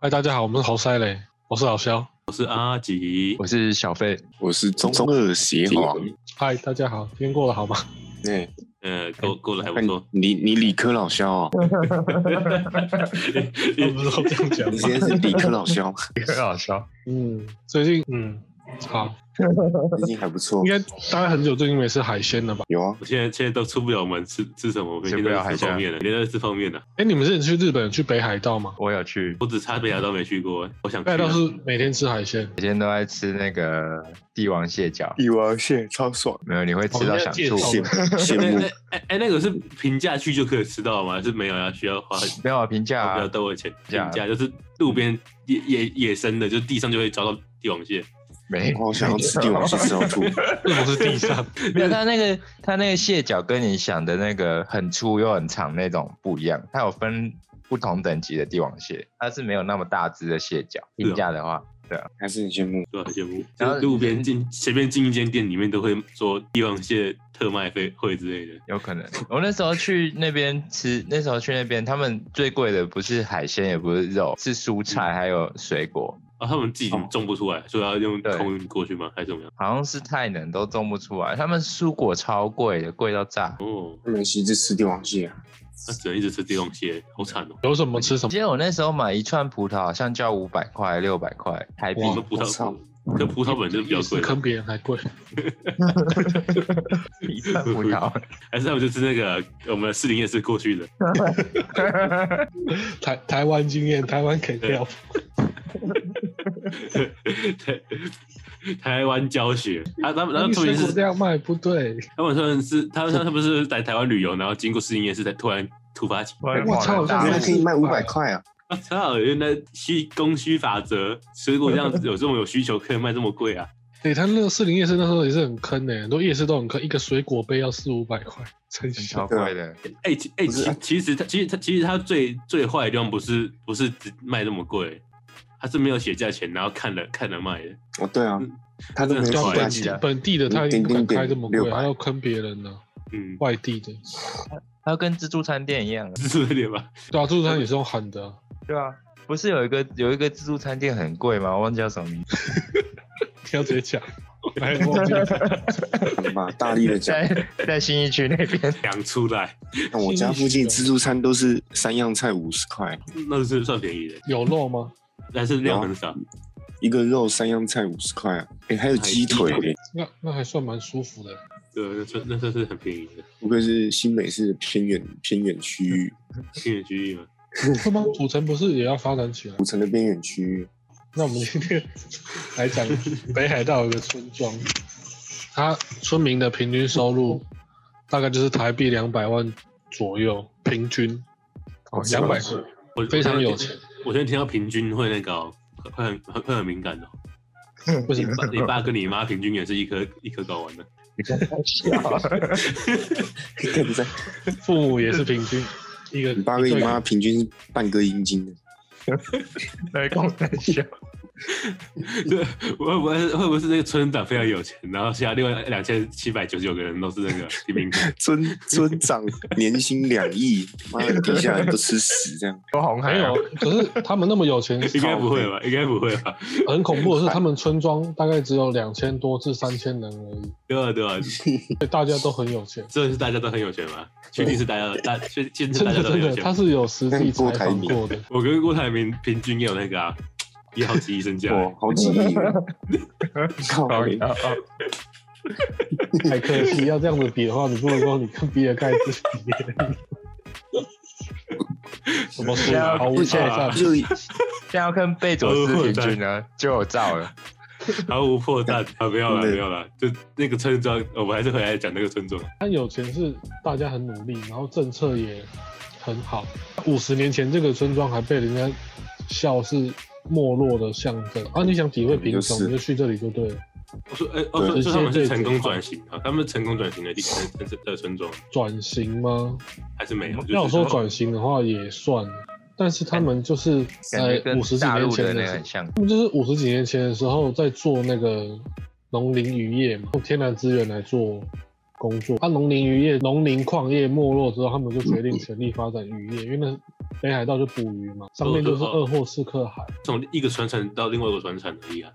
嗨，哎大家好，我们是猴塞雷，我是老肖。我是阿吉，我是小费，我是中二邪皇。嗨，大家好，今天过得好吗？哎、呃，过过得还不看错。你你理科老肖哦，他 们不是都这样讲你吗？现在是理科老 肖，很好笑。嗯，最近嗯，好，最近还不错应。该大家很久最近没吃海鲜了吧？有啊，我现在现在都出不了门，吃吃什么？我每天吃都不了在海吃鲜泡面了，每天都在吃泡面呢。哎，你们之前去日本有去北海道吗？我有去，我只差北海道没去过，我想去北海啊。道是每天吃海鲜，每天都在吃那个帝王蟹脚，帝王蟹啊超爽，没有哦你会吃到想我吐们。要羡戒羡那慕 那。哎哎，那个是平价去就可以吃到吗？还是没有要需要花很没有评价不要啊，多的钱？平价平价就是路边野野野生的，就地上就会找到帝王 蟹。没我好想要吃帝王蟹，吃到吐。为什么是地上？没有。它 那个它那个蟹脚跟你想的那个很粗又很长那种不一样，它有分不同等级的帝王蟹，它是没有那么大只的蟹脚。是哦评价的话，还是你羡慕？ 对啊吧？羡慕。就然后是路边进随便进一间店，里面都会说帝王蟹特卖会会之类的。有可能。我那时候去那边吃，那时候去那边他们最贵的不是海鲜，也不是肉，是蔬菜还有水果。啊，他们自己种不出来，所以要用哦对空运过去吗？还是怎么样？好像是太冷都种不出来，他们蔬果超贵的，贵到炸。哦，他们其实吃帝王蟹啊，那只能一直吃帝王蟹，好惨哦。有什么吃什我么？记得我那时候买一串葡萄，好像就要五百块、六百块台币我。们葡我操萄，那葡萄本身比较贵是，坑别人还贵。一串葡 萄，还是他们就是那个我们四零夜市过去的，台台湾经验，台湾给料。台台湾教学。啊，他们然后你特别水果这是样卖不对，他们他们是他们他们是来台湾旅游，然后经过四零夜市才突然突发奇，我操大我原来想可以卖五百块啊！我操，原来需供需法则，水果这样子有这么有需求，可以卖这么贵啊？对、他那个士林夜市那时候也是很坑的、很多夜市都很坑，一个水果杯要四五百块，真很小超。贵的，哎、其哎、不是其其实它其实它其实它最最坏的地方不是不是只卖那么贵，它是没有写价钱，然后看了看了卖的。哦，对啊，他都没有真的很起价本关地钱，本地的他已经不敢开这么顶顶贵，顶还要坑别人呢、嗯， 外地的，它跟自助餐店一样。是这点吧？对啊，自助餐也是用喊的啊、 对啊，不是有一个有一个自助餐店很贵吗？我忘记叫什么名字。 你要直接 讲，来，我这样好吧，大力 的讲。在在新义区那边，讲出来，那我家附近自助餐都是三样菜五十块，那是算便宜的，有肉吗？但是量很少。一个肉三样菜五十块啊！哎，还有鸡腿欸，那那还算蛮舒服的。对，那算那算是很便宜的，不愧是新北市的偏远偏远区域，偏远区域嘛。是吗？主城不是也要发展起来？古嗯城的边 缘区域。那我们今天来讲北海道有个村庄，它村民的平均收入大概就是台币两百万左右，平均哦两百是我非常有钱。我现在听到平均会那个哦、会很会会很敏感哦。为什你么？爸你爸跟你妈平均也是一颗一颗睾丸的， 你跟他笑。对不对？父母也是平均一个。你爸跟你妈平均是半个阴茎的，来跟我在笑，对，会不会是会不会是那个村长非常有钱，然后其他另外两千七百九十九个人都是那 个移民工？村村长年薪两亿，妈的底下人都吃屎 这样。有红没海有哦。，可是他们那么有钱，应该不会吧？应该不会吧？很恐怖的是，他们村庄大概只有两千多至三千人而已，对啊对啊，所以大家都很有钱。这是大家都很有钱吗？确定是大家大确确定是 真大家的都很真有的，钱他吗？是有实地采访过 的。我跟郭台铭平均也有那个啊，一号机身价。哇，好几亿！啊 靠哦北哦哦太可惜，要这样子比的话，你不如说你跟比尔盖茨比。什么书啊？毫无破绽。就现在要跟贝佐斯平均呢，就有照了。毫无破绽啊！没有啦，真的没有啦，就那个村庄，我们还是回来讲那个村庄。他有钱是大家很努力，然后政策也很好。五十年前这个村庄还被人家笑是没落的象征啊！你想体会贫穷，就是你就去这里就对了。我说，哎、我说，对说他们是成功转型啊，他们成功转型的地方，这这村庄转型吗？还是没有。就是要我说转型的话也算，但是他们就是感觉在跟呃五十几大年陆的前那的个时候很像，他们就是五十几年前的时候在做那个农林渔业嘛，用天然资源来做啊工作。他、农林渔业、农林矿业没落之后，他们就决定全力发展渔业，因为那北海道就捕鱼嘛，上面就是二或四克海。从一个船程到另外一个船程而已啊。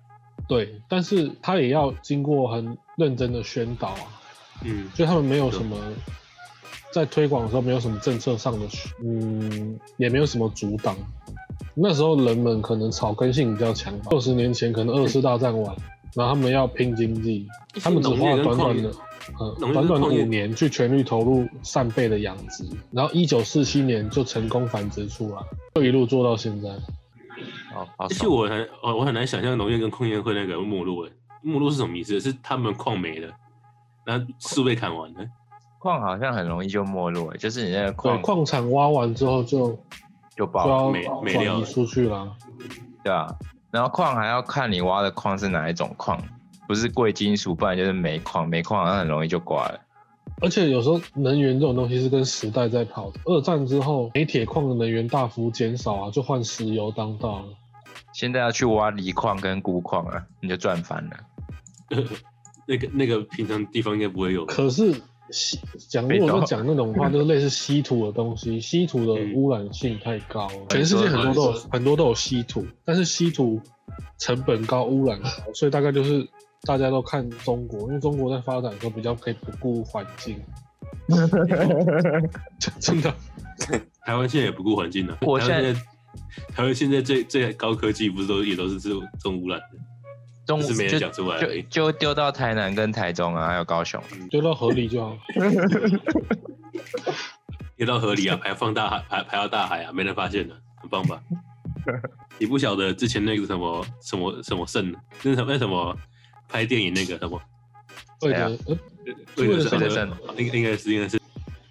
对，但是他也要经过很认真的宣导啊，嗯，就他们没有什么在推广的时候没有什么政策上的，嗯，也没有什么阻挡。那时候人们可能草根性比较强吧，二十年前可能二次大战完，然后他们要拼经济，他们只农花业了跟短矿短业的。呃，农短业跟短矿业五年去全力投入扇贝的养殖，然后一九四七年就成功繁殖出来，就一路做到现在。哦，好其实爽，我很哦我我很难想象农业跟矿业会那个没落、欸。没落是什么意思？是他们矿没了，那树被砍完了。矿好像很容易就没落，欸就是你那个对，矿矿场挖完之后就就就爆，要没没料转移了出去啦。对啊，然后矿还要看你挖的矿是哪一种矿，不是贵金属，不然就是煤矿，煤矿好像很容易就挂了。而且有时候能源这种东西是跟时代在跑的。二战之后，煤铁矿的能源大幅减少啊，就换石油当道了。现在要去挖锂矿跟钴矿了，你就赚翻了。那个那个平常地方应该不会有。可是稀讲，如果说讲那种话，就是类似稀土的东西，稀土的污染性太高了。全世界很多都有很多都有稀土，但是稀土成本高、污染高，所以大概就是大家都看中国，因为中国在发展的时候比较可以不顾环境，真的。台湾现在也不顾环境了、我台现湾在现在台湾现在最最高科技不是都也都是这种这种污染的，中只午是没就人讲出来而就已。就丢到台南跟台中啊，还有高雄。丢到河里就好。跌到河里啊，排放大海，排排到大海啊，没人发现的、很棒吧？你不晓得之前那个什么什么什么圣，那是什么那什么拍电影那个什么对哎呀的，呃魏德胜魏德胜吗，应该应该是应该是，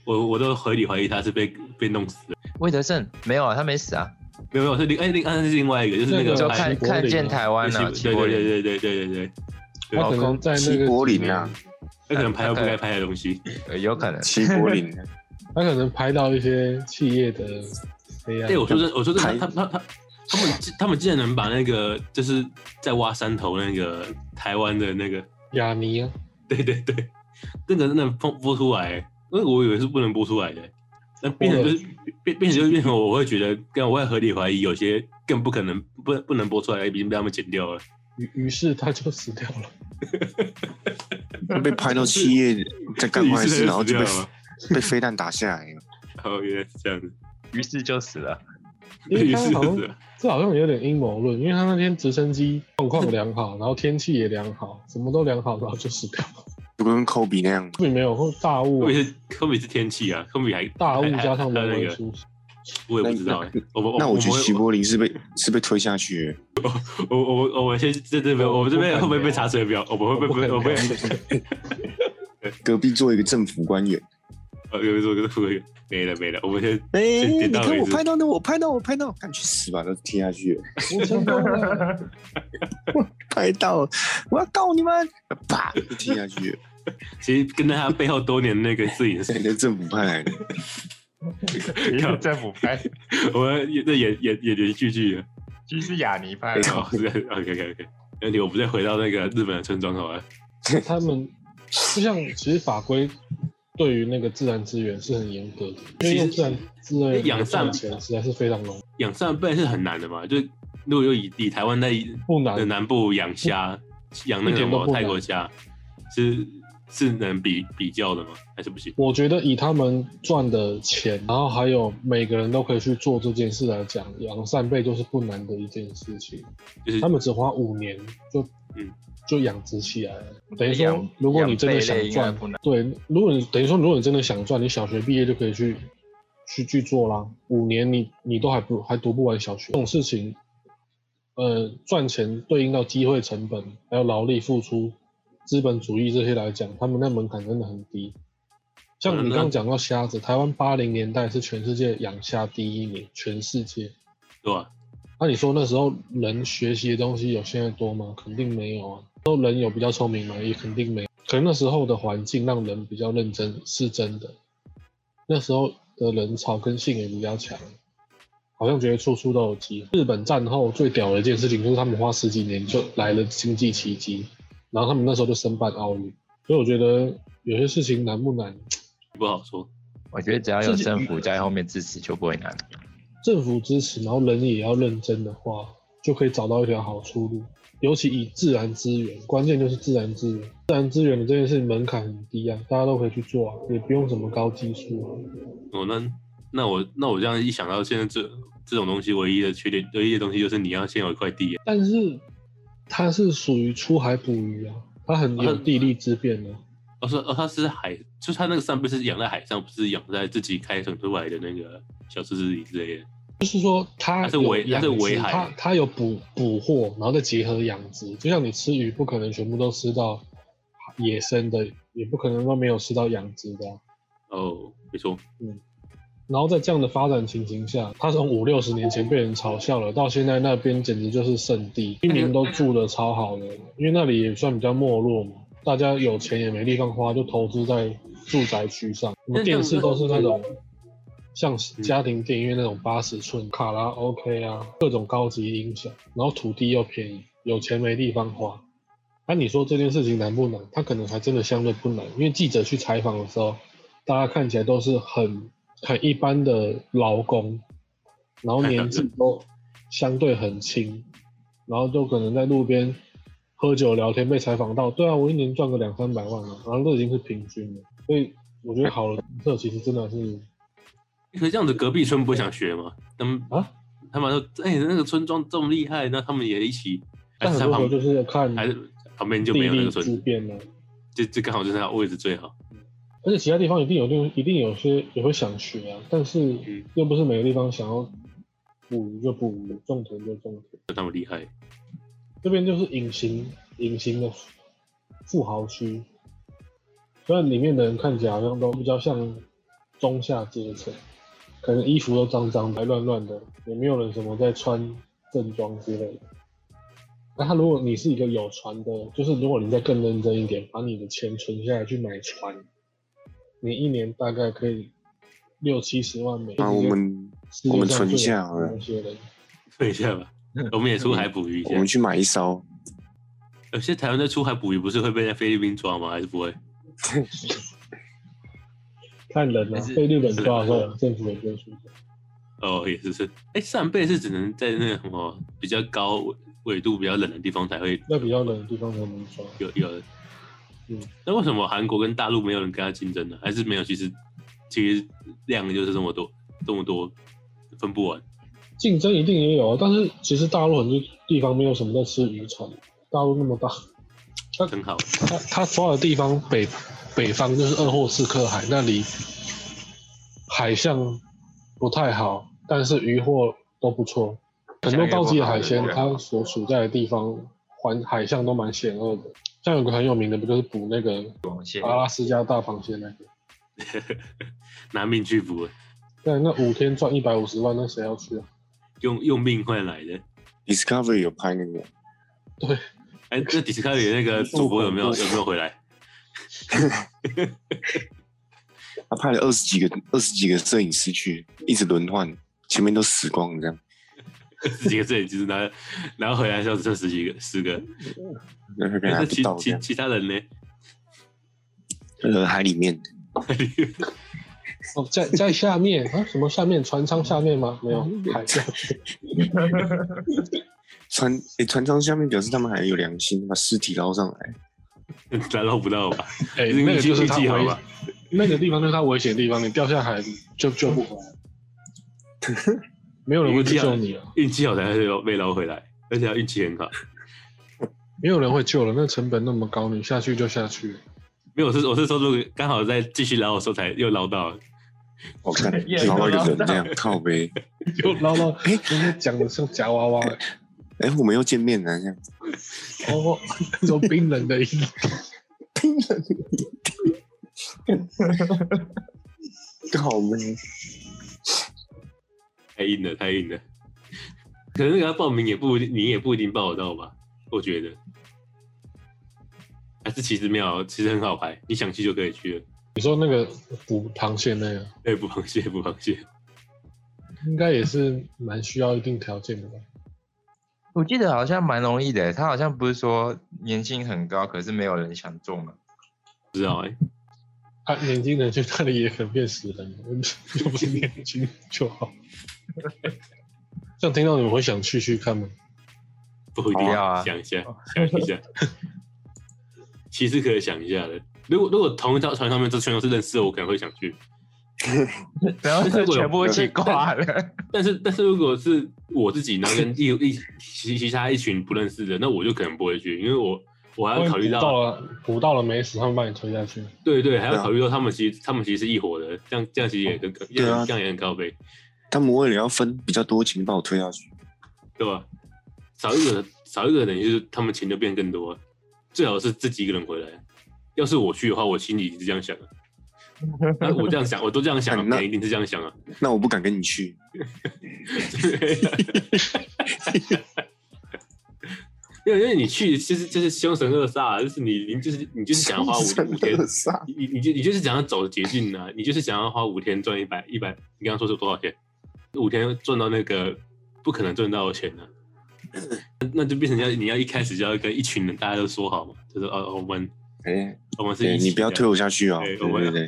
我我都合理怀疑他是被被弄死的。魏德胜没有啊，他没死啊，没有没有，是另哎另啊是另外一个，就是那那个个就哎拍齐柏林看啊看见台湾啊，对齐对柏对林。对对对对对，他可能在那齐个柏林啊，那可能拍到不该拍的东西。呃有可能。齐 柏林，他可能拍到一些企业的呃黑暗。哎，我说这我说这他台他他他他们他们竟然能把那个就是在挖山头那个台湾的那个亚尼啊，对对对，那个真的播播出来，欸那个我以为是不能播出来的，那变成就是变变成就是变成我会觉得，跟我会合理怀疑有些更不可能不不能播出来，已经被他们剪掉了。于于是他就死掉 了。被拍到企业在干坏自己事，是然后就被死掉了被飞弹打下来了。哦，原来是这样子，于是就死 了。因为于他是好就像是这好像有点阴谋论，因为他那天直升机状况良好，然后天气也良好，什么都良好，然后就死掉了。 就跟科比那样，哦并没有或大雾科啊，比是科比是天气啊，科比还大雾还还加上还有人那为个，疏失。我也不知道哎、我们那我我觉得们齐柏林是被是被推下去的。我我我我们先在这边，我们这边会不会被查水表？我们会不会被我们 隔壁做一个政府官员，呃有一种这个没了没了，我们先哎、先跌你到看为我止。拍到的，我拍到，我拍到，赶去死吧，都踢下去了， 我成功了，拍到了，我要告 你们，啪，就踢下去了，其实跟在他背后多年那个摄影师人家政府派来的， 于是政府派，我们这演演演员剧剧了。于是亚尼派对好，是 OK OK OK。没问题，我们再回到那个日本的村庄好了。他们就像其实法规对于那个自然资源是很严格的，因为用自然资源哎养赚善钱实在是非常容易，养扇贝是很难的嘛，就如果有以以台湾在不的难。南部养虾，养那一个什点都么不泰难国虾，是是能比比较的吗？还是不行？我觉得以他们赚的钱，然后还有每个人都可以去做这件事来讲，养扇贝就是不难的一件事情。就是他们只花五年就嗯就养殖起来了。等于养说，如果你真的想养贝类应该赚不难，对，如果你等于说，如果你真的想赚，你小学毕业就可以去去去做啦。五年你你都还不还读不完小学，这种事情，呃，赚钱对应到机会成本，还有劳力付出、资本主义这些来讲，他们那门槛真的很低。像嗯你那刚刚讲到虾子，台湾八零年代是全世界养虾第一名，全世界。对吧？那你说那时候人学习的东西有现在多吗？肯定没有啊。那时候人有比较聪明吗？也肯定没有。可能那时候的环境让人比较认真，是真的。那时候的人草根性也比较强，好像觉得处处都有机会。日本战后最屌的一件事情就是他们花十几年就来了经济奇迹，然后他们那时候就申办奥运。所以我觉得有些事情难不难，不好说。我觉得只要有政府在后面支持，就不会难。政府支持，然后人也要认真的话，就可以找到一条好出路。尤其以自然资源，关键就是自然资源。自然资源的这件事门槛很低啊，大家都可以去做啊，也不用什么高技术啊。哦，那那我那我这样一想到现在这这种东西，唯一的缺点唯一的东西就是你要先有一块地耶，啊但是它是属于出海捕鱼啊，它很有地利之便啊。哦是哦它是海，就是它那个扇贝是养在海上，不是养在自己开垦出来的那个小池子里之类的。就是说它它是有围它是养啊殖围海它它有捕捕获，然后再结合养殖。就像你吃鱼，不可能全部都吃到野生的，也不可能都没有吃到养殖的啊、哦，没错，然后在这样的发展情形下，它从五六十年前被人嘲笑了，到现在那边简直就是圣地，居民都住的超好的，因为那里也算比较没落嘛，大家有钱也没地方花，就投资在住宅区上，什么电视都是那种像家庭电影院那种八十寸卡拉 OK 啊，各种高级音响，然后土地又便宜，有钱没地方花。那、你说这件事情难不难？它可能还真的相对不难，因为记者去采访的时候，大家看起来都是很很一般的劳工，然后年纪都相对很轻，然后就可能在路边喝酒聊天被采访到，对啊，我一年赚个两三百万啊，然后这已经是平均了，所以我觉得好的政策其实真的是可是这样子隔壁村不会想学吗？他们啊，他们说，哎、那个村庄这么厉害，那他们也一起，还但是很他多时候旁就是看还是旁边就地没有那利个之啊村，变了、就就刚好就是他位置最好。而且其他地方一定有地，一定有些也会想学啊，但是嗯又不是每个地方想要捕鱼就捕鱼，种田就种田。那么厉害， 这边就是隐形隐形的富富豪区，虽然里面的人看起来好像都比较像中下阶层，可能衣服都脏脏的、乱乱的，也没有人什么在穿正装之类的。那他如果你是一个有船的，就是如果你再更认真一点，把你的钱存下来去买船，你一年大概可以六七十万美金。那我嗯们世界我们上存最有下钱好了的那些人对一下吧。我们也出海捕鱼一我们下。去买一艘，有些台湾在出海捕鱼，不是会被菲律宾抓吗？还是不会？ 看人啊还，是被日本是抓的时候，政府也不会出手。哦，也是是。哎、扇贝是只能在那个什么比较高纬纬度、比较冷的地方才会那比较冷的地方才能抓。有有。嗯，那为什么韩国跟大陆没有人跟他竞争呢？还是没有？其实其实量就是这么多，这么多分不完。竞争一定也有，啊但是其实大陆很多地方没有什么在吃渔产，大陆那么大， 很好，它它抓的地方北北方就是鄂霍次克海，那里海象不太好，但是渔获都不错，很多高级的海鲜像越南它所处在的地方环海象都蛮险恶的。像有个很有名的，不就是捕那个螃蟹阿拉斯加大螃蟹那个？拿命去捕，对，那五天赚一百五十万，那谁要去啊？用用命换来的。 Discovery 有拍那个，哎、那 Discovery 那 个主播有没有有没有回来？ 他派了二十几个二十几个摄影师去，一直轮换，前面都死光了这样。十几个摄影师，然后然后回来的时候只剩十几个，十个。哎那他可能那还啊不其到这其样，其他人呢？ 呃，海里面哦，在在下面啊？什么下面？船舱下面吗？没有，海下。船，诶，船舱下面表示他们还有良心，把尸体捞上来。咱捞不到吧？哎、你那个去就是预他计好危吧，那个地方就是他危险的地方，你掉下海就救不回来， 没有人会去救你啊，运气好才会捞被捞回来，而且要运气很好。没有人会救了，那成本那么高，你下去就下去了。没有，我是我是说，如果刚好在继续捞的时候才又捞到，我看 Yeah，捞到一有捞个人到这样，靠呗。就捞到，今天讲的像夹娃娃，哎，我们又见面了，这样。哦，那种冰冷的音，靠呗。太硬了，太硬了。可能给他报名也不一定，你也不一定报得到吧？我觉得，还是其实没有，其实很好排，你想去就可以去了。 你说那个捕螃蟹那个，哎，捕螃蟹，捕螃蟹，应该也是蛮需要一定条件的吧？我记得好像蛮容易的，他好像不是说年薪很高，可是没有人想做嘛。不知道哎、啊，年轻人去那里也可能变死人，又不是年轻就好。这样听到你们会想去去看吗？不一定不要啊想一下，想一下， 其实可以想一下的。如果如果同一条船上面这全都是认识的，我可能会想去。然后就全部一起挂了。 但是但是如果是我自己，然后跟一一其其他一群不认识的，那我就可能不会去，因为我我还要考虑捕到了，捕到了没死，他们把你推下去。对对，还对要啊考虑到他们其实他们其实是一伙的，这样这样其实也很可，这对样啊这样也很高倍，他们为了要分比较多钱，把我推下去。对吧？少一个少一个人，就是他们钱就变更多，最好是自己一个人回来。要是我去的话，我心里是这样想的。那我这样想，我都这样 想啊，哎那你一定是这样想啊。那我不敢跟你去，因为因为你去，其实就是凶神恶煞啊，就是你你就是你就是想要花五 五天，啥？你你就你就是想要走捷径啊，你就是想要花五天赚一百一百，你刚刚说是多少钱？五天赚到那个不可能赚到的钱呢、那那就变成要你要一开始就要跟一群人大家都说好嘛，就是哦我们哎，我们是对一起的你不要推，我下去啊！对对我对对，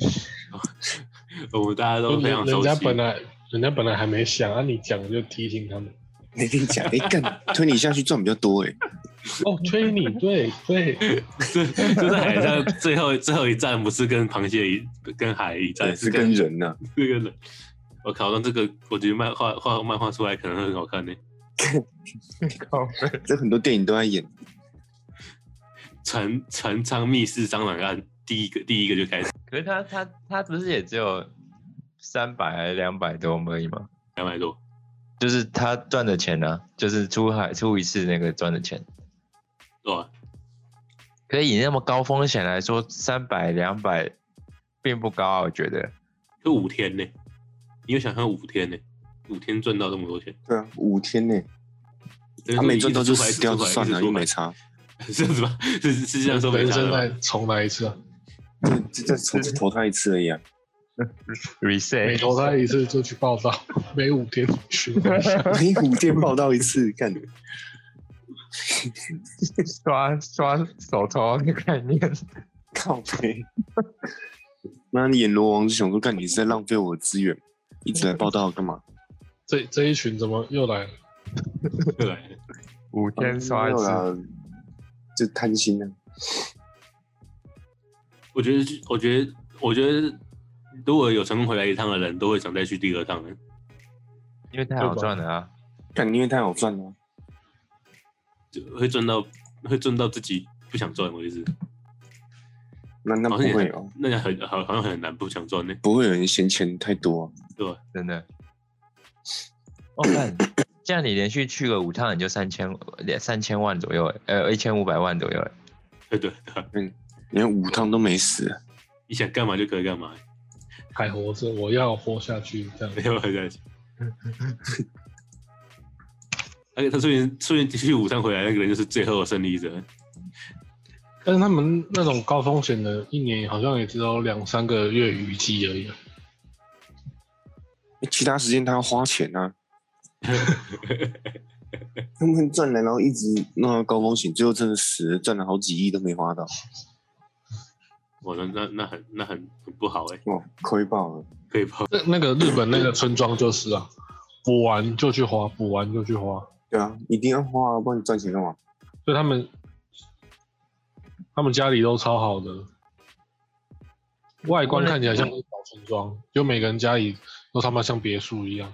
我们大家都就非常人人熟家悉。本来人家本来还没想啊，你讲了就提醒他们。你跟你讲，哎，干推你下去赚比较多哎。哦，推你，对对，这这在海上最后最后一站不是跟螃蟹一跟海一对，站，是跟人呐、这个人。我靠，那这个我觉得漫画画漫画出来可能会很好看呢、靠这很多电影都在演。船船舱密室蟑螂案第一个第一个就开始可是他他他不是也只有三百还是两百多而已吗？两百多，就是他赚的钱呢、啊就是出海出一次那个赚的钱。对吧？可以以那么高风险来说，三百两百并不高啊，我觉得。就五天呢、你有想象五天呢、五天赚到这么多钱？对啊，五天呢、他他没赚到就死掉就算了，又没差。 是什么？是是这样说没人差生的再吗？重来一次啊，这这这重新投胎一次而已啊！ 每 reset 投胎一次就去报道， 每五天巡回。每五天报道一次，干 刷刷手抽那个概念，靠背。 那你演罗王就想说，干你是在浪费我的资源，一直来报道 干嘛？这这一群怎么又来了？ 对，五天刷一嗯没次，有啦，就贪心啊。我觉得，我觉得，我觉得，如果有成功回来一趟的人，都会想再去第二趟的。因为太好赚了啊。干，因为太好赚啊了、就会赚到会赚到自己不想赚为止。那那不好像也会哦，那样很好，好像很难不想赚呢、不会有人嫌钱太多、啊。对吧？真的。 哦，看，这样你连续去个五趟，你就三千两三千万左右，呃，一千五百万左右。对对对啊，你看五趟都没死，啊你想干嘛就可以干嘛，还活着，我要活下去，这样没有很担心。而且他虽然虽然继续五趟回来，那个人就是最后的胜利者，但是他们那种高风险的，一年好像也只有两三个月雨季而已啊。其他时间他要花钱啊。他们赚来，然后一直弄到高风险，最后真的死了，赚了好几亿都没花到，哇，那那那很那很很不好哎、哇，亏爆了。可以吧？那那个日本那个村庄就是啊，补完就去花，补完就去花，对啊，一定要花啊，不然你赚钱干嘛？所以他们他们家里都超好的，外观看起来像是小村庄，就每个人家里都他妈像别墅一样。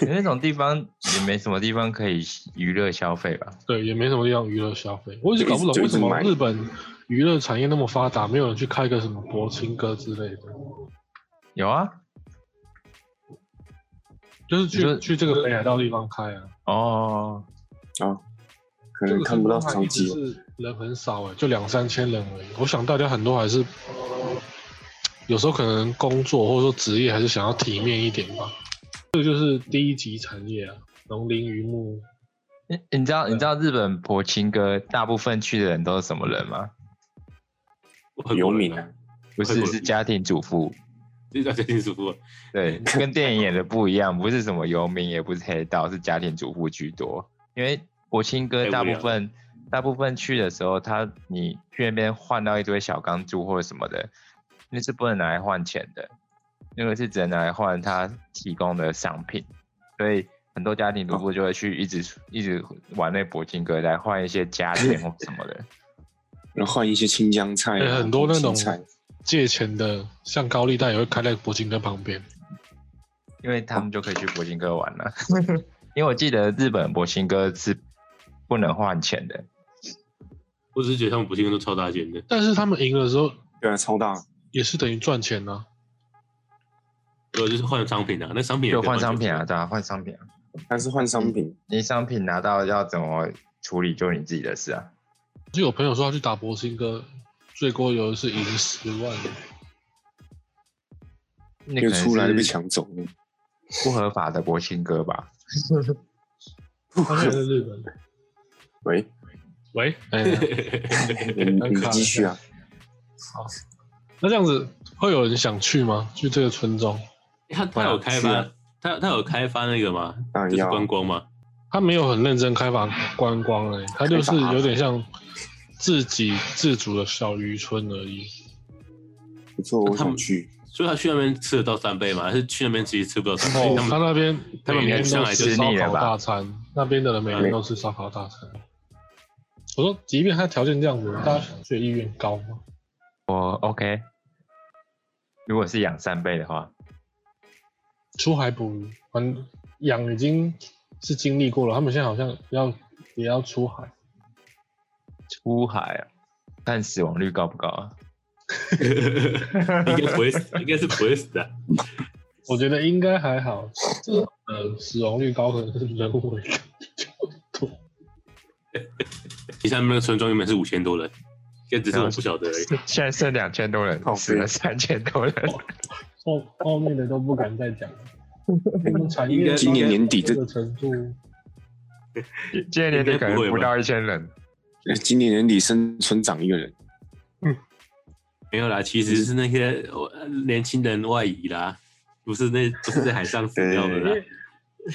你那种地方也没什么地方可以娱乐消费吧？对，也没什么地方娱乐消费，我一直搞不懂就为一直什么买日本娱乐产业那么发达，没有人去开个什么博青哥之类的，有啊，就是你说去去这个北海道地方开啊。哦，可这能个看不到商场机景，哦。是人很少哎、就两三千人而已。我想大家很多还是有时候可能工作或者说职业还是想要体面一点吧。这个就是第一级产业啊，农林渔牧。你你知道你知道日本婆亲哥大部分去的人都是什么人吗？游民啊，不外是国人是家庭主妇，这叫家庭主妇啊，对，跟电影演的不一样，不是什么游民，也不是黑道，是家庭主妇居多。因为国太庆哥无大部聊了分大部分去的时候，他你去那边换到一堆小钢珠或者什么的，那是不能拿来换钱的，那个是只能拿来换他提供的商品。所以很多家庭主妇就会去一直、一直玩那铂金疙瘩，换一些家电或什么的。然后换一些青江菜啊、哎很多那种红心菜借钱的，像高利贷也会开在铂金跟旁边。因为他们就可以去博兴哥玩了。因为我记得日本博兴哥是不能换钱的，我只是觉得他们不幸都超大件的，但是他们赢了之后，对啊，超大，也是等于赚钱啊呐、对，就是换商品啊，那商品也就可以换商品钱啊，对啊，换商品啊。但是换商品，你商品拿到要怎么处理，就你自己的事啊。就有朋友说他去打铂金哥，最高有一次赢十 万，那又可能出来就被是抢走了。不合法的博兴哥吧？他现在在日本。喂，喂，哎、你你继续啊， 那这样子会有人想去吗？去这个村庄？他他有开是发啊，他他有开发那个吗？当然就是要啊观光吗？他没有很认真开发观光哎、他就是有点像自给自足的小渔村而已。不错，我他们想去。所以他去那边吃得到三杯吗？还是去那边其实吃不到三杯？哦他，他们 那边他们每天每天都上来就吃吃烧腻了烤吧大餐，那边的人每天都吃烧烤大餐。我说，即便他条件这样子，大家想去的意愿高吗？我 OK。如果是养三倍的话，出海捕鱼，反养已经是经历过了，他们现在好像要也要出海。出海啊，看死亡率高不高啊？应该不会死，应该是不会死的。啊我觉得应该还好，这呃死亡率高可能是人为的比较多。第三那个村庄原本是五千多人，应该只是我不晓得而已。 现在剩两千多人靠，死了背三千多人。后后面的都不敢再讲了。他们产业应该到今年年底这这个程度，今年年底可能不到一千人，呃今年年底剩村长一个人，没有啦，其实是那些呃年轻人外移啦，不是那不是在海上死掉的啦。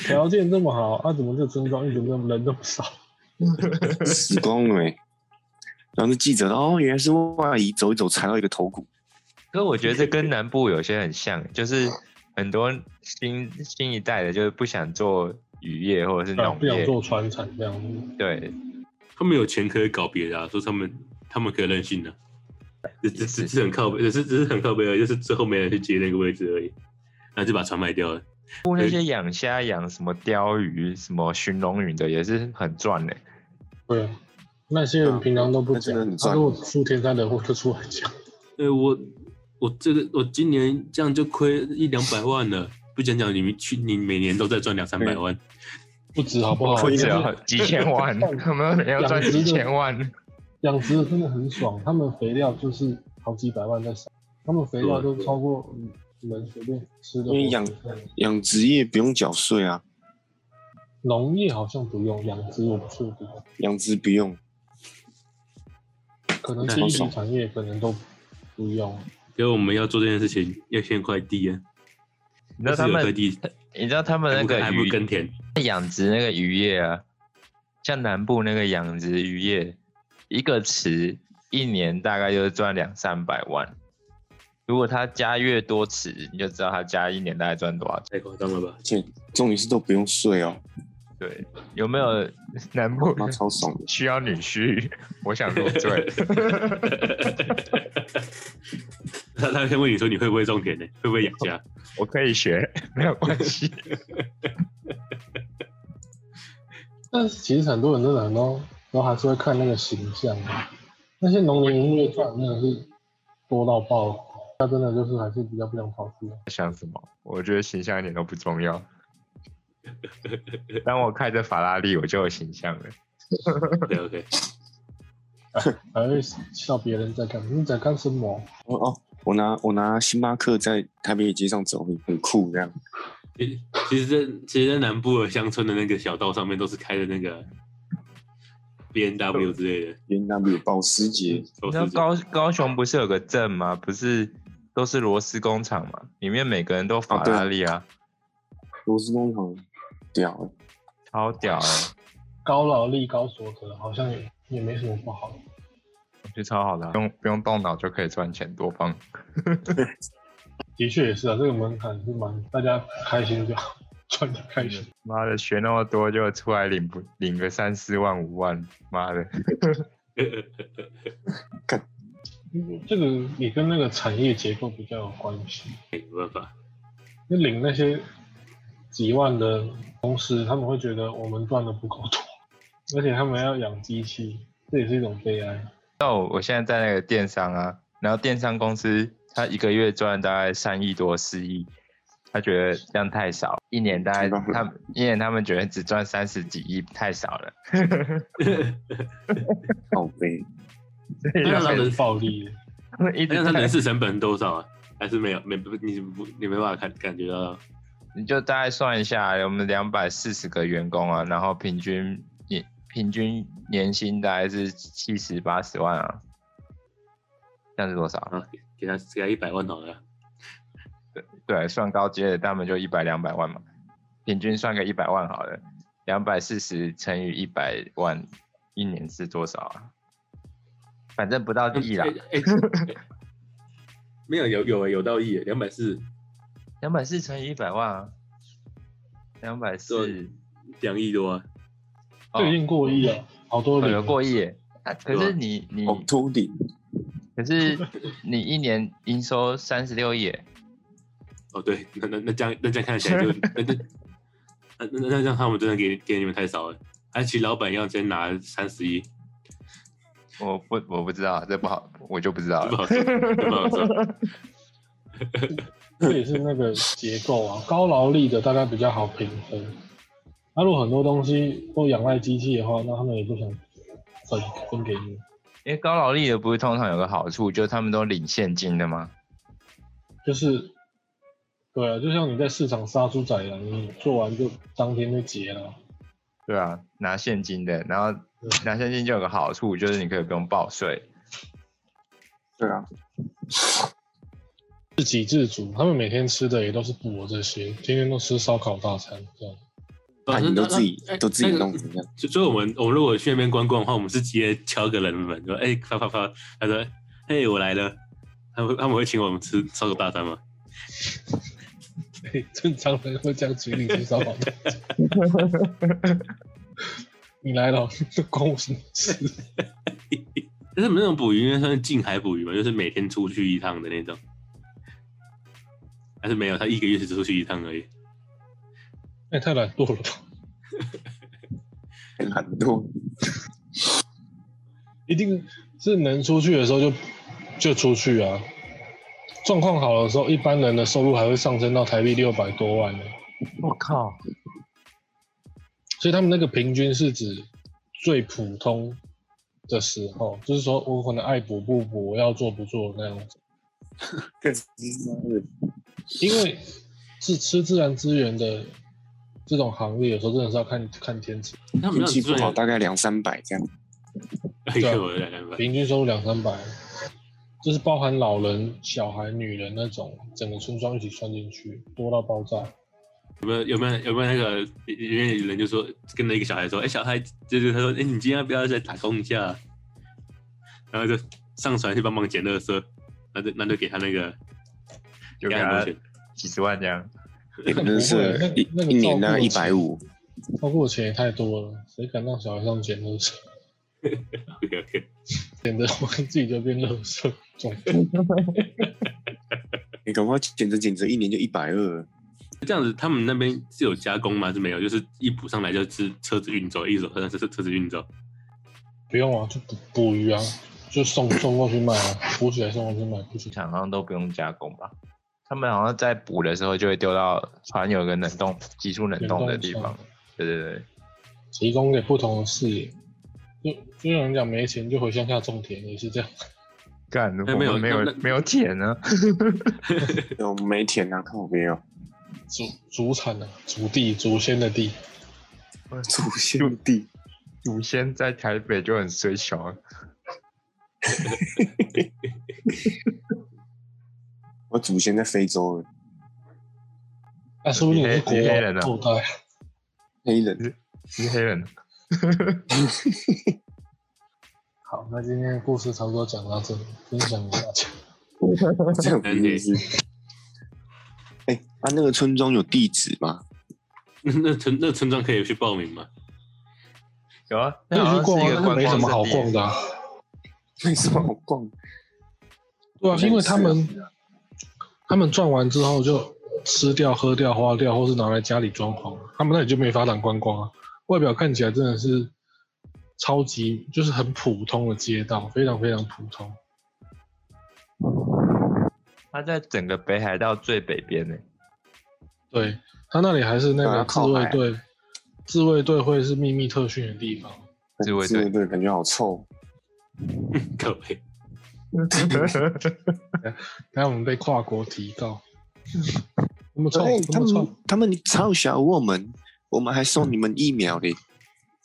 条件这么好，啊，怎么这村庄一直那么人那么少？死光了没？ 然后那记者哦，原来是外移，走一走踩到一个头骨，可我觉得这跟南部有些很像，就是很多新新一代的，就是不想做渔业或者啊是农不想业，做船产这样子，嗯对，他们有钱可以搞别的啊，说他们他们可以任性的、啊，只只只是很靠背，只是只是很靠背而已，就是最后没人去接那个位置而已，然后就把船卖掉了。不过那些养虾、养什么鲷鱼、什么鲟龙鱼的也是很赚的、对啊。那些人平常都不讲那真的他很，赚如果出天山人祸就出来讲，呃，我我这个我今年这样就亏一两百万了，不讲讲你们去你每年都在赚两三百万，不止好不好？或亏就了是者几千万， 他们每要赚几千万。养殖的真的很爽，他们肥料就是好几百万在烧，他们肥料都超过人随便吃的。因为养养殖业不用缴税啊，农业好像不用，养殖我不确定，养殖不用，可能那经好济爽产业可能都不用。所以我们要做这件事情要先块地啊，你知道但他是有块们，地你知道他们还那不个还不鱼耕田，养殖那个渔业啊，像南部那个养殖渔业，一个池一年大概就是赚两三百万。如果他加越多池，你就知道他加一年大概赚多少太钱。夸张了吧 而？且重点是都不用税哦，对，有没嗯有南部嗯妈超爽的。需要女婿？ 我想入赘。他他先问你说你会不会种田呢、会不会养家？我可以学， 没有关系。但是其实很多人真的很多都还是会看那个形象啊，那些农民越赚真的是多到爆，他真的就是还是比较不想跑去啊。想什么？我觉得形象一点都不重要。当我开着法拉利，我就有形象了。 OK OK，还会笑别人在干嘛，你在干什么？哦哦，我拿我拿星巴克在台北街上走，很很酷这样。其其实在其实，在南部的乡村的那个小道上面都是开的那个 B N W 之类的，原来没有保时嗯捷，都你知道是 高高雄不是有个镇吗？不是都是螺丝工厂吗？里面每个人都法拉利啊，螺丝工厂，屌欸！超屌哎、高劳力高所得好像也也没什么不好。我觉得超好的啊、不用不用动脑就可以赚钱，多棒！的确也是啊，这个门槛是蛮大家开心就好。赚的开心。妈的，学那么多就出来领不领个三四万五万，妈的，嗯这个也跟那个产业结构比较有关系。没办法，那领那些几万的公司，他们会觉得我们赚的不够多， 而且他们要养机器，这也是一种悲哀。那我我现在在那个电商啊，然后电商公司他一个月赚大概三亿多四亿，他觉得这样太少，一年大概太棒了他们一年他们觉得只赚三十几亿太少 了，好悲。所以那他他们人，暴利，他们一直但啊是他在人事成本多少啊？还是没有没不你不你没办法感感觉到你就大概算一下，我们两百四十个员工啊，然后平均年平均年薪大概是七十八十万啊，这样是多少？嗯啊，给他给他一百万好了，对，算高阶的，他们就一百两百万嘛，平均算个一百万好了，两百四十乘以一百万，一年是多少啊？反正不到亿啦，哎，哎哎没有有有有到亿，两百四两百四乘以一百万啊，两百四对，两亿多啊，都已经过亿了，好多哦人有过亿耶。啊可对哦是吧你嗯你好秃顶，可是你一年营收三十六亿耶，哦，对，那那那这样那这样看起来就那那那那那这样他们真的给给你们太少了。而且老板要先拿三十一，我不我不知道，这不好，我就不知道不了。好说，不好 哦说。这也是那个结构啊， 高劳力的大概比较好平分。那、如果很多东西都仰赖机器的话，那他们也不想分分给你。 因为高劳力的不是通常有个好处，就是他们都领现金的吗？就是，对啊，就像你在市场杀猪宰羊，你做完就当天就结了。对啊，拿现金的，然后拿现金就有个好处，就是你可以不用报税。对啊，自给自足，他们每天吃的也都是补这些，天天都吃烧烤大餐这样。那你都自己哎都自己那个弄成这样。就就我们我们如果去那边观光的话，我们是直接敲个人门，说哎、啪啪啪，他说嘿我来了，他们他们会请我们吃烧个大餐吗？嘿正常人会这样嘴里吃烧烤大餐。你来了，这关我什么事？但是我们那种捕鱼应该算是近海捕鱼嘛，就是每天出去一趟的那种。但是没有，他一个月只出去一趟而已。那哎也太懒惰了吧！很懒惰，一定是能出去的时候就就出去啊。状况好的时候，一般人的收入还会上升到台币六百多万呢。我靠，所以他们那个平均是指最普通的时候，就是说我可能爱补不补，我要做不做那样子。更是妈的因为是吃自然资源的这种行业，有时候真的是要看看天气，他们天那气种不好，大概两三百这样。一个我来两百，平均收入两三百，就是包含老人、小孩、女人那种，整个村庄一起算进去，多到爆炸。有没有有没有有没有那个里面有人就说跟了一个小孩说，哎、小孩就是他说，哎、你今天要不要再打工一下啊？然后就上船去帮忙捡垃圾，那就那就给他那个就给给他很多他钱，几十万这样，也 可能那不会是一那那个一年大概照顾一百五，超过钱也太多了，谁敢让小孩上捡垃圾？ OK OK，捡的我自己就变垃圾种。你搞不好减着减着一年就一百二，这样子他们那边是有加工吗？还是没有？就是一补上来就是车子运走，一手车车车子运走，不用啊，就捕捕鱼啊，就送送过去卖啊，捕起来送过去卖，不行通。常好像都不用加工吧？他们好像在补的时候就会丢到船有个冷冻急速冷冻的地冷方冻。对对对，提供给不同的视野。就就有人讲没钱就回乡下种田，也是这样。干，我哎们没有没那有那没有田呢、啊，有没田啊？靠没有，祖祖产啊，祖地祖先的地，祖先地祖先在台北就很衰小啊。我祖先在非洲了，那说不定你是国你黑王人的啊后代。黑人你是黑人，好，那今天的故事差不多讲到这里，分享给大家。啊这样不是？哎，他那个村庄有地址吗？ 那那村那村庄可以去报名吗？ 有啊，可以那好去像逛啊，是一个但是观没什光么好圣地逛的、啊。没什么好逛。对啊，因为类似他啊们他们赚完之后就吃掉、喝掉、花掉，或是拿来家里装潢，他们那里就没发展观光啊。外表看起来真的是超级，就是很普通的街道，非常非常普通。它在整个北海道最北边呢、对他那里还是那对啊个自靠海卫啊队，自卫队会是秘密特训的地方。自卫队 卫队感觉好臭。各位，等下我们被跨国提告，那么臭， 哎那他么们臭，他们嘲笑我们，我们还送你们疫苗嘞。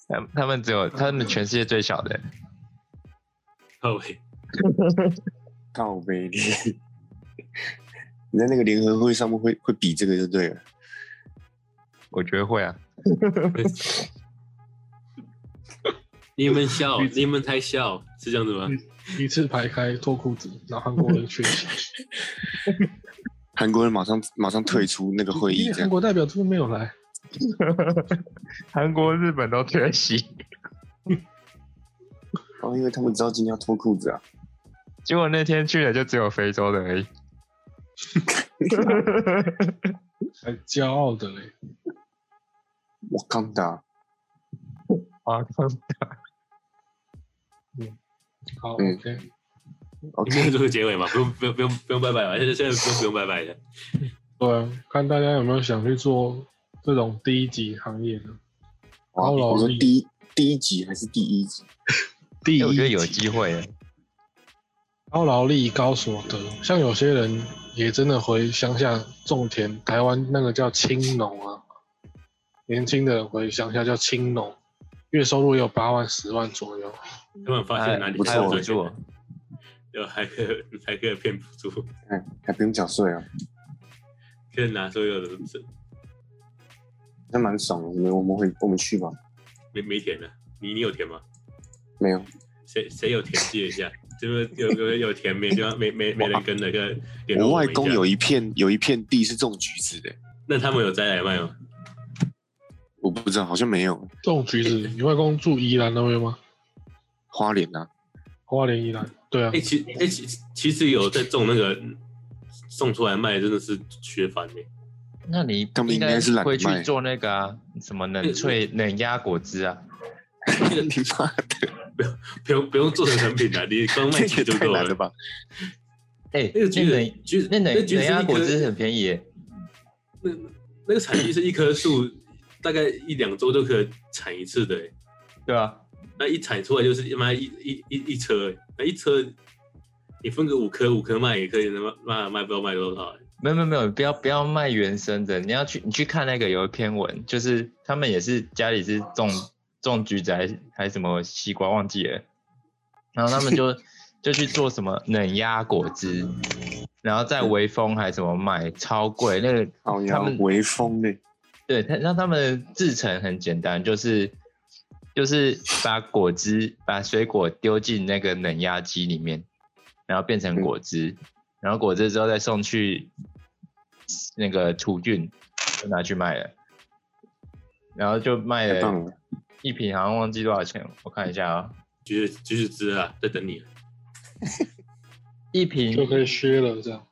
他们他们只有他们全世界最小的、各位，告别你！你在那个联合会上面会会比这个就对了。我觉得会啊。你们笑，你们才笑，是这样子吗？一次排开脱裤子，然后韩国人缺 席。韩国人马上马上退出那个会议，因为这韩样国代表怎么没有来？韩国、日本都缺席， 哦，因为他们知道今天要脱裤子啊。结果那天去的就只有非洲的而已。还骄傲的嘞。我刚打，啊， 好、嗯 o k 你 们要做个结尾嘛？不用，不用，不用，不用拜拜了。现在现在不用不用拜拜了。对啊，看大家有没有想去做这种低级行业的。哇高劳力我说第一第一集还是第一集？第一哎我觉得有级机会耶。高劳力、高所得，像有些人也真的回乡下种田，台湾那个叫青农啊，年轻的人回乡下叫青农，月收入也有八万、十万左右。他们发现哪里不还错有不合有作做，，对，还可以还可以骗补助，哎，还不用缴税啊，可以拿所有的是那蛮爽的。我们我们会我们去吧？没没填的。你你有填吗？没有，谁谁有填记一下，就是有有有填没地方没没没人跟的，跟联络我我外们一下公有一片有一片地是种橘子的，那他们有摘来卖吗？我不知道，好像没有。这种橘子，你外公住宜兰那边吗？花莲啊，花莲宜兰，对啊哎、，其哎、其其实有在种那个种出来卖，真的是缺翻呢、那你他们应该是懒得会去卖做那个啊，什么冷萃冷压果汁啊？你妈的，不用不用做成成品啊，你光卖 这几也就太够难了吧？哎，那个那橘子冷橘子那那冷橘子冷一压果颗汁很便宜耶，那那个产地是一棵树，大概一两周就可以产一次的、欸，对啊，那一产出来就是他妈一一一一车、欸，那一车你分个五颗五颗卖也可以，他妈妈卖不知道卖多少、欸。没有没有没有，不要不要卖原生的，你要去你去看那个有一篇文，就是他们也是家里是种种橘子还是还是什么西瓜忘记了，然后他们就就去做什么冷压果汁，然后在微风还什么卖，超贵那个好他呀们，微风嘞，对，他那他们的制成很简单，就是就是把果汁把水果丢进那个冷压机里面，然后变成果汁，然后果汁之后再送去那个储菌，就拿去卖了，然后就卖太棒了了！一瓶，好像忘记多少钱，我看一下啊、橘子橘子汁啊，在等你啊。一就可瓶以削了这样。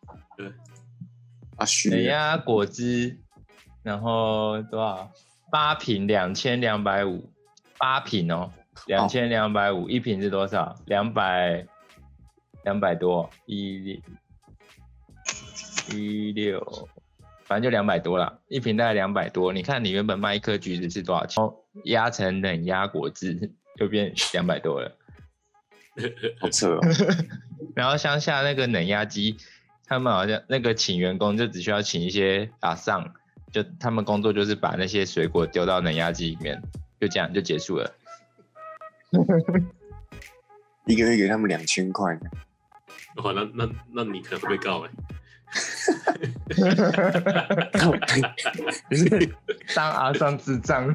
啊，许冷压果汁，然后多少？八瓶两千两百五，八瓶哦，两千两百五，一瓶是多少？两百两百多，一一六，反正就两百多啦，一瓶大概两百多。你看你原本卖一颗橘子是多少钱？哦压成冷压果汁就变两百多了。好扯哦，然后乡下那个冷压机，他们好像那个请员工就只需要请一些打上，就他们工作就是把那些水果丢到冷压机里面，就这样就结束了。一个月给他们两千块呢， 哇，哦那那那你可能会被告哎、当阿上啊智障，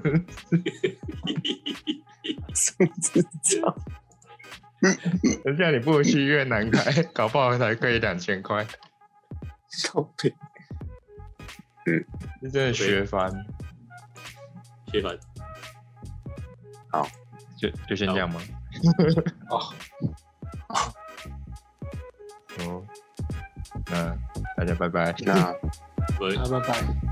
甚至这样人家你不如去越南开，搞不好才可以两千块， 靠背。这真的学翻。谢凡，就就先这样 吗？好，哦，那大家拜拜。那喂。那拜拜。